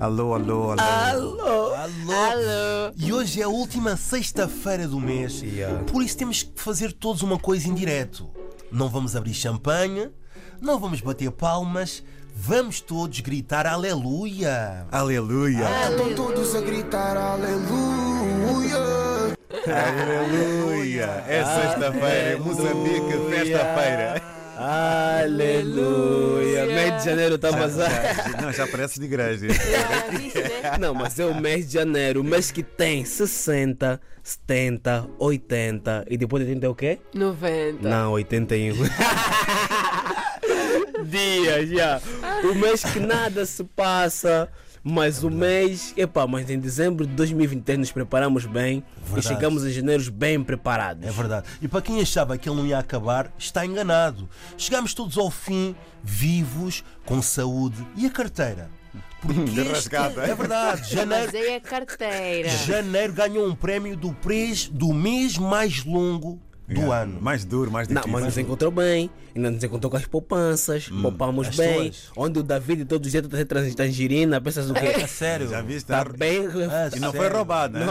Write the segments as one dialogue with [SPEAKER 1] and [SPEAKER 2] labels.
[SPEAKER 1] Alô, alô, alô.
[SPEAKER 2] Alô.
[SPEAKER 3] Alô.
[SPEAKER 2] Alô.
[SPEAKER 3] E hoje é a última sexta-feira do mês.
[SPEAKER 1] Yeah.
[SPEAKER 3] Por isso temos que fazer todos uma coisa em direto. Não vamos abrir champanhe, não vamos bater palmas, vamos todos gritar aleluia.
[SPEAKER 1] Aleluia.
[SPEAKER 4] Estão todos a gritar aleluia.
[SPEAKER 1] Aleluia. É sexta-feira. em Moçambique, festa-feira.
[SPEAKER 2] Aleluia.
[SPEAKER 5] Aleluia! Mês de janeiro tá passando.
[SPEAKER 1] Não, já parece de igreja.
[SPEAKER 2] Ah, viste, né?
[SPEAKER 5] Não, mas é o mês de janeiro, o mês que tem 60, 70, 80 e depois de 80 é o quê?
[SPEAKER 2] 90.
[SPEAKER 5] Não, 81. Dias, já. O mês que nada se passa. Mas o mês, epá, mas em dezembro de 2023 nos preparamos bem e
[SPEAKER 3] Verdade.
[SPEAKER 5] chegamos em janeiro bem preparados.
[SPEAKER 3] É verdade. E para quem achava que ele não ia acabar, está enganado. Chegamos todos ao fim, vivos, com saúde e a carteira. Porque
[SPEAKER 1] De
[SPEAKER 3] este-
[SPEAKER 1] rasgada,
[SPEAKER 3] É
[SPEAKER 1] hein?
[SPEAKER 3] verdade. Janeiro,
[SPEAKER 2] Mas aí a carteira.
[SPEAKER 3] janeiro ganhou um prémio do, pres, do mês mais longo do
[SPEAKER 1] Yeah.
[SPEAKER 3] ano.
[SPEAKER 1] Mais duro, mais
[SPEAKER 5] Não,
[SPEAKER 1] difícil.
[SPEAKER 5] mas é nos encontrou bem, ainda nos encontrou com as poupanças, poupamos
[SPEAKER 3] Hum, as
[SPEAKER 5] bem.
[SPEAKER 3] tuas.
[SPEAKER 5] Onde o David todo dia está a trazer tangerina, pensas o
[SPEAKER 3] É
[SPEAKER 5] quê?
[SPEAKER 3] sério.
[SPEAKER 1] Já viste?
[SPEAKER 5] Tá bem.
[SPEAKER 3] Ah,
[SPEAKER 1] E não foi
[SPEAKER 3] sério.
[SPEAKER 1] roubada, né?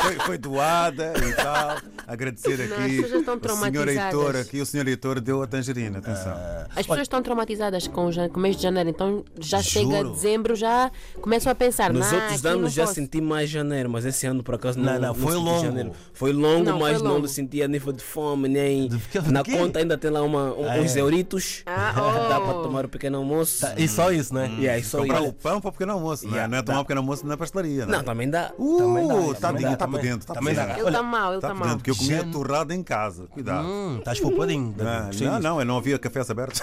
[SPEAKER 1] foi, foi doada e tal. Agradecer
[SPEAKER 2] Não, as
[SPEAKER 1] aqui.
[SPEAKER 2] pessoas estão
[SPEAKER 1] o senhor
[SPEAKER 2] traumatizadas. Ah.
[SPEAKER 1] Heitor aqui, o senhor Heitor deu a tangerina, atenção.
[SPEAKER 2] As pessoas estão traumatizadas com o, jan- com o mês de janeiro, então já chega
[SPEAKER 3] Juro.
[SPEAKER 2] dezembro, já começam a pensar.
[SPEAKER 5] Nos
[SPEAKER 2] "Nah,
[SPEAKER 5] outros
[SPEAKER 2] aqui não
[SPEAKER 5] anos já
[SPEAKER 2] posso."
[SPEAKER 5] senti mais janeiro, mas esse ano por acaso não,
[SPEAKER 3] Não, não, foi
[SPEAKER 5] senti
[SPEAKER 3] longo.
[SPEAKER 5] janeiro. Foi longo,
[SPEAKER 2] Não,
[SPEAKER 5] mas
[SPEAKER 2] foi
[SPEAKER 5] não
[SPEAKER 2] longo.
[SPEAKER 5] lo senti a nível de fome, nem.
[SPEAKER 3] De quê?
[SPEAKER 5] Na
[SPEAKER 3] De quê?
[SPEAKER 5] conta ainda tem lá uma, um-
[SPEAKER 3] Ah,
[SPEAKER 5] uns
[SPEAKER 3] é.
[SPEAKER 5] euritos.
[SPEAKER 2] Ah,
[SPEAKER 5] Dá
[SPEAKER 2] oh.
[SPEAKER 5] para tomar o pequeno almoço.
[SPEAKER 3] Tá, E só isso,
[SPEAKER 1] Hum.
[SPEAKER 3] né?
[SPEAKER 5] E aí, só
[SPEAKER 1] Comprar o
[SPEAKER 5] isso.
[SPEAKER 1] pão para o pequeno almoço, não é?
[SPEAKER 5] Yeah,
[SPEAKER 1] Não é tomar
[SPEAKER 5] dá.
[SPEAKER 1] o pequeno almoço na pastelaria, não é?
[SPEAKER 5] Não, tá. também
[SPEAKER 3] Tá
[SPEAKER 5] dá.
[SPEAKER 1] Uh,
[SPEAKER 3] Também dá, também
[SPEAKER 1] tadinho,
[SPEAKER 3] dá,
[SPEAKER 1] está por
[SPEAKER 3] também-
[SPEAKER 1] dentro, está por
[SPEAKER 3] também dá.
[SPEAKER 1] dentro.
[SPEAKER 2] Ele está mal, ele
[SPEAKER 1] Tá
[SPEAKER 2] está
[SPEAKER 1] por dentro,
[SPEAKER 2] mal.
[SPEAKER 1] porque eu comia
[SPEAKER 3] Jan-
[SPEAKER 1] torrada em casa, cuidado.
[SPEAKER 3] Hum, estás poupadinho,
[SPEAKER 1] Ah,
[SPEAKER 3] David.
[SPEAKER 1] não, não, eu não havia cafés abertos.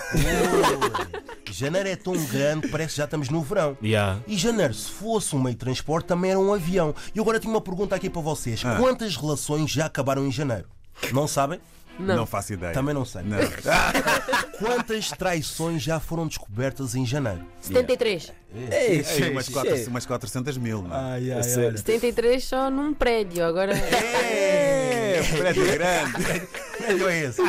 [SPEAKER 3] Ui, Janeiro é tão grande, parece que já estamos no verão.
[SPEAKER 5] Yeah.
[SPEAKER 3] E janeiro, se fosse um meio de transporte, também era um avião. E agora tenho uma pergunta aqui para vocês:
[SPEAKER 1] Ah.
[SPEAKER 3] quantas relações já acabaram em janeiro? Não sabem?
[SPEAKER 1] Não. faço ideia.
[SPEAKER 3] Também não sei.
[SPEAKER 1] É. Não. Ah,
[SPEAKER 3] Quantas traições já foram descobertas em janeiro?
[SPEAKER 2] 73.
[SPEAKER 5] Ei,
[SPEAKER 1] Ei, umas,
[SPEAKER 5] ei,
[SPEAKER 1] quatro-
[SPEAKER 5] ei.
[SPEAKER 1] umas 400 mil, não é?
[SPEAKER 3] ai,
[SPEAKER 5] ai, olha.
[SPEAKER 2] 73 só num prédio, agora. é
[SPEAKER 1] É, prédio grande.
[SPEAKER 3] é esse.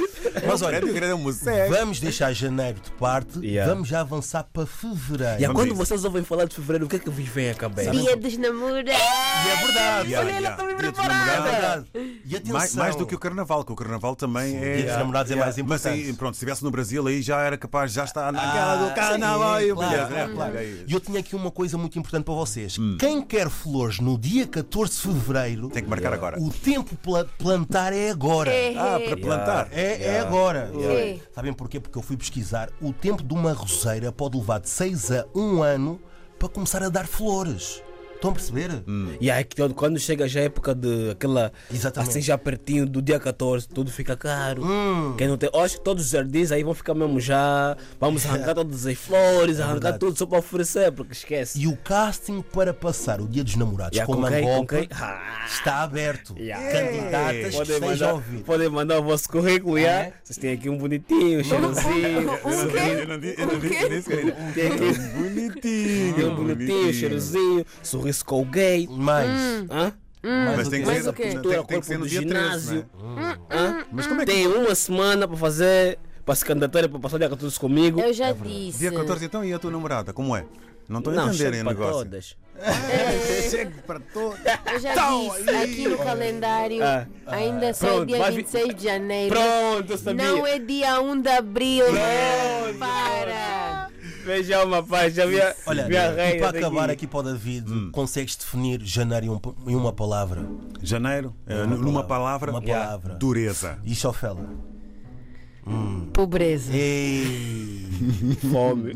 [SPEAKER 3] Mas olha,
[SPEAKER 1] prédio grande é um museu.
[SPEAKER 3] vamos deixar janeiro de parte,
[SPEAKER 5] Yeah.
[SPEAKER 3] vamos já avançar para fevereiro. É
[SPEAKER 5] E a-
[SPEAKER 1] Vamos
[SPEAKER 5] quando
[SPEAKER 1] isso.
[SPEAKER 5] vocês ouvem falar de fevereiro, o que é que vos vem à cabeça?
[SPEAKER 2] Dia dos namorados.
[SPEAKER 3] E é verdade.
[SPEAKER 1] Yeah,
[SPEAKER 2] olha, ela
[SPEAKER 1] yeah.
[SPEAKER 2] tá bem
[SPEAKER 1] Dia dos
[SPEAKER 3] É
[SPEAKER 1] namorados.
[SPEAKER 3] verdade. E atenção.
[SPEAKER 1] Mais, mais do que o carnaval, que o carnaval também é.
[SPEAKER 3] Dia dos namorados é mais
[SPEAKER 1] Mas
[SPEAKER 3] importante.
[SPEAKER 1] aí, pronto, se estivesse no Brasil, aí já era capaz, já está naquela
[SPEAKER 3] Ah, sim,
[SPEAKER 1] do carnaval e o
[SPEAKER 3] claro,
[SPEAKER 1] bilhete, né?
[SPEAKER 3] claro, claro.
[SPEAKER 1] É isso. Hum.
[SPEAKER 3] E eu tinha aqui uma coisa muito importante para vocês. Quem quer flores no dia 14 de fevereiro,
[SPEAKER 1] Tem que marcar agora.
[SPEAKER 3] o tempo para plantar é agora.
[SPEAKER 2] É.
[SPEAKER 1] Ah, para plantar.
[SPEAKER 3] É, é agora.
[SPEAKER 2] Yeah.
[SPEAKER 3] Sabem porquê? Porque eu fui pesquisar. O tempo de uma roseira pode levar de 6 a 1 ano para começar a dar flores. Estão a perceber?
[SPEAKER 1] Hum.
[SPEAKER 5] E aí, que quando chega já a época de aquela.
[SPEAKER 3] Exatamente.
[SPEAKER 5] Assim, já pertinho do dia 14, tudo fica caro. Quem não tem. eu Acho que todos os jardins aí vão ficar mesmo já. Vamos arrancar todas as flores, arrancar tudo só para oferecer, porque esquece.
[SPEAKER 3] E o casting para passar o Dia dos Namorados
[SPEAKER 5] Yeah,
[SPEAKER 3] com
[SPEAKER 5] com quem?
[SPEAKER 3] Mangopa
[SPEAKER 5] Com quem? Ah.
[SPEAKER 3] está aberto.
[SPEAKER 5] Yeah.
[SPEAKER 3] Candidatas que
[SPEAKER 5] Podem
[SPEAKER 3] estejam a
[SPEAKER 5] mandar,
[SPEAKER 3] ouvir.
[SPEAKER 5] podem mandar o vosso currículo, já.
[SPEAKER 3] é?
[SPEAKER 5] Vocês têm aqui um bonitinho, cheirosinho.
[SPEAKER 2] Um
[SPEAKER 1] Eu
[SPEAKER 2] quê?
[SPEAKER 1] não di- eu não disse eu disse, querida.
[SPEAKER 5] Tem aqui tem
[SPEAKER 1] Bonitinho.
[SPEAKER 5] um bonitinho, cheirosinho, sorriso Colgate.
[SPEAKER 3] Mais.
[SPEAKER 5] Hã?
[SPEAKER 1] Mas tem que
[SPEAKER 2] Mas
[SPEAKER 1] ser,
[SPEAKER 2] o quê?
[SPEAKER 1] tem- tem,
[SPEAKER 5] Cultura,
[SPEAKER 1] tem que ser
[SPEAKER 5] corpo
[SPEAKER 1] no
[SPEAKER 5] do
[SPEAKER 1] dia 13,
[SPEAKER 5] ginásio.
[SPEAKER 1] né? Mas como é que
[SPEAKER 5] Tem uma semana para fazer, para se candidatar e para passar o dia 14 comigo.
[SPEAKER 2] Eu já disse.
[SPEAKER 1] Dia 14, então, e a tua namorada? Como é? Não estou a
[SPEAKER 5] não,
[SPEAKER 1] entender
[SPEAKER 5] chego
[SPEAKER 1] aí o
[SPEAKER 5] para
[SPEAKER 1] negócio.
[SPEAKER 5] todas.
[SPEAKER 1] Chego para todas.
[SPEAKER 2] Eu já
[SPEAKER 1] Então,
[SPEAKER 2] disse
[SPEAKER 1] aí-
[SPEAKER 2] aqui no calendário.
[SPEAKER 5] Ah,
[SPEAKER 2] Ainda só é
[SPEAKER 5] Pronto,
[SPEAKER 2] dia
[SPEAKER 5] vai vi-
[SPEAKER 2] 26 de janeiro.
[SPEAKER 5] Pronto, eu sabia.
[SPEAKER 2] Não é dia 1 de abril. né? Para.
[SPEAKER 5] Beijão, meu pai. Já vi a,
[SPEAKER 3] Olha,
[SPEAKER 5] vi a
[SPEAKER 3] e
[SPEAKER 5] regra
[SPEAKER 3] para acabar
[SPEAKER 5] daqui.
[SPEAKER 3] aqui para o David, consegues definir janeiro em, um- em uma palavra?
[SPEAKER 1] Janeiro, eh, numa palavra,
[SPEAKER 3] Uma palavra.
[SPEAKER 1] dureza.
[SPEAKER 3] E chofela?
[SPEAKER 2] Pobreza.
[SPEAKER 3] Ei!
[SPEAKER 5] Fome.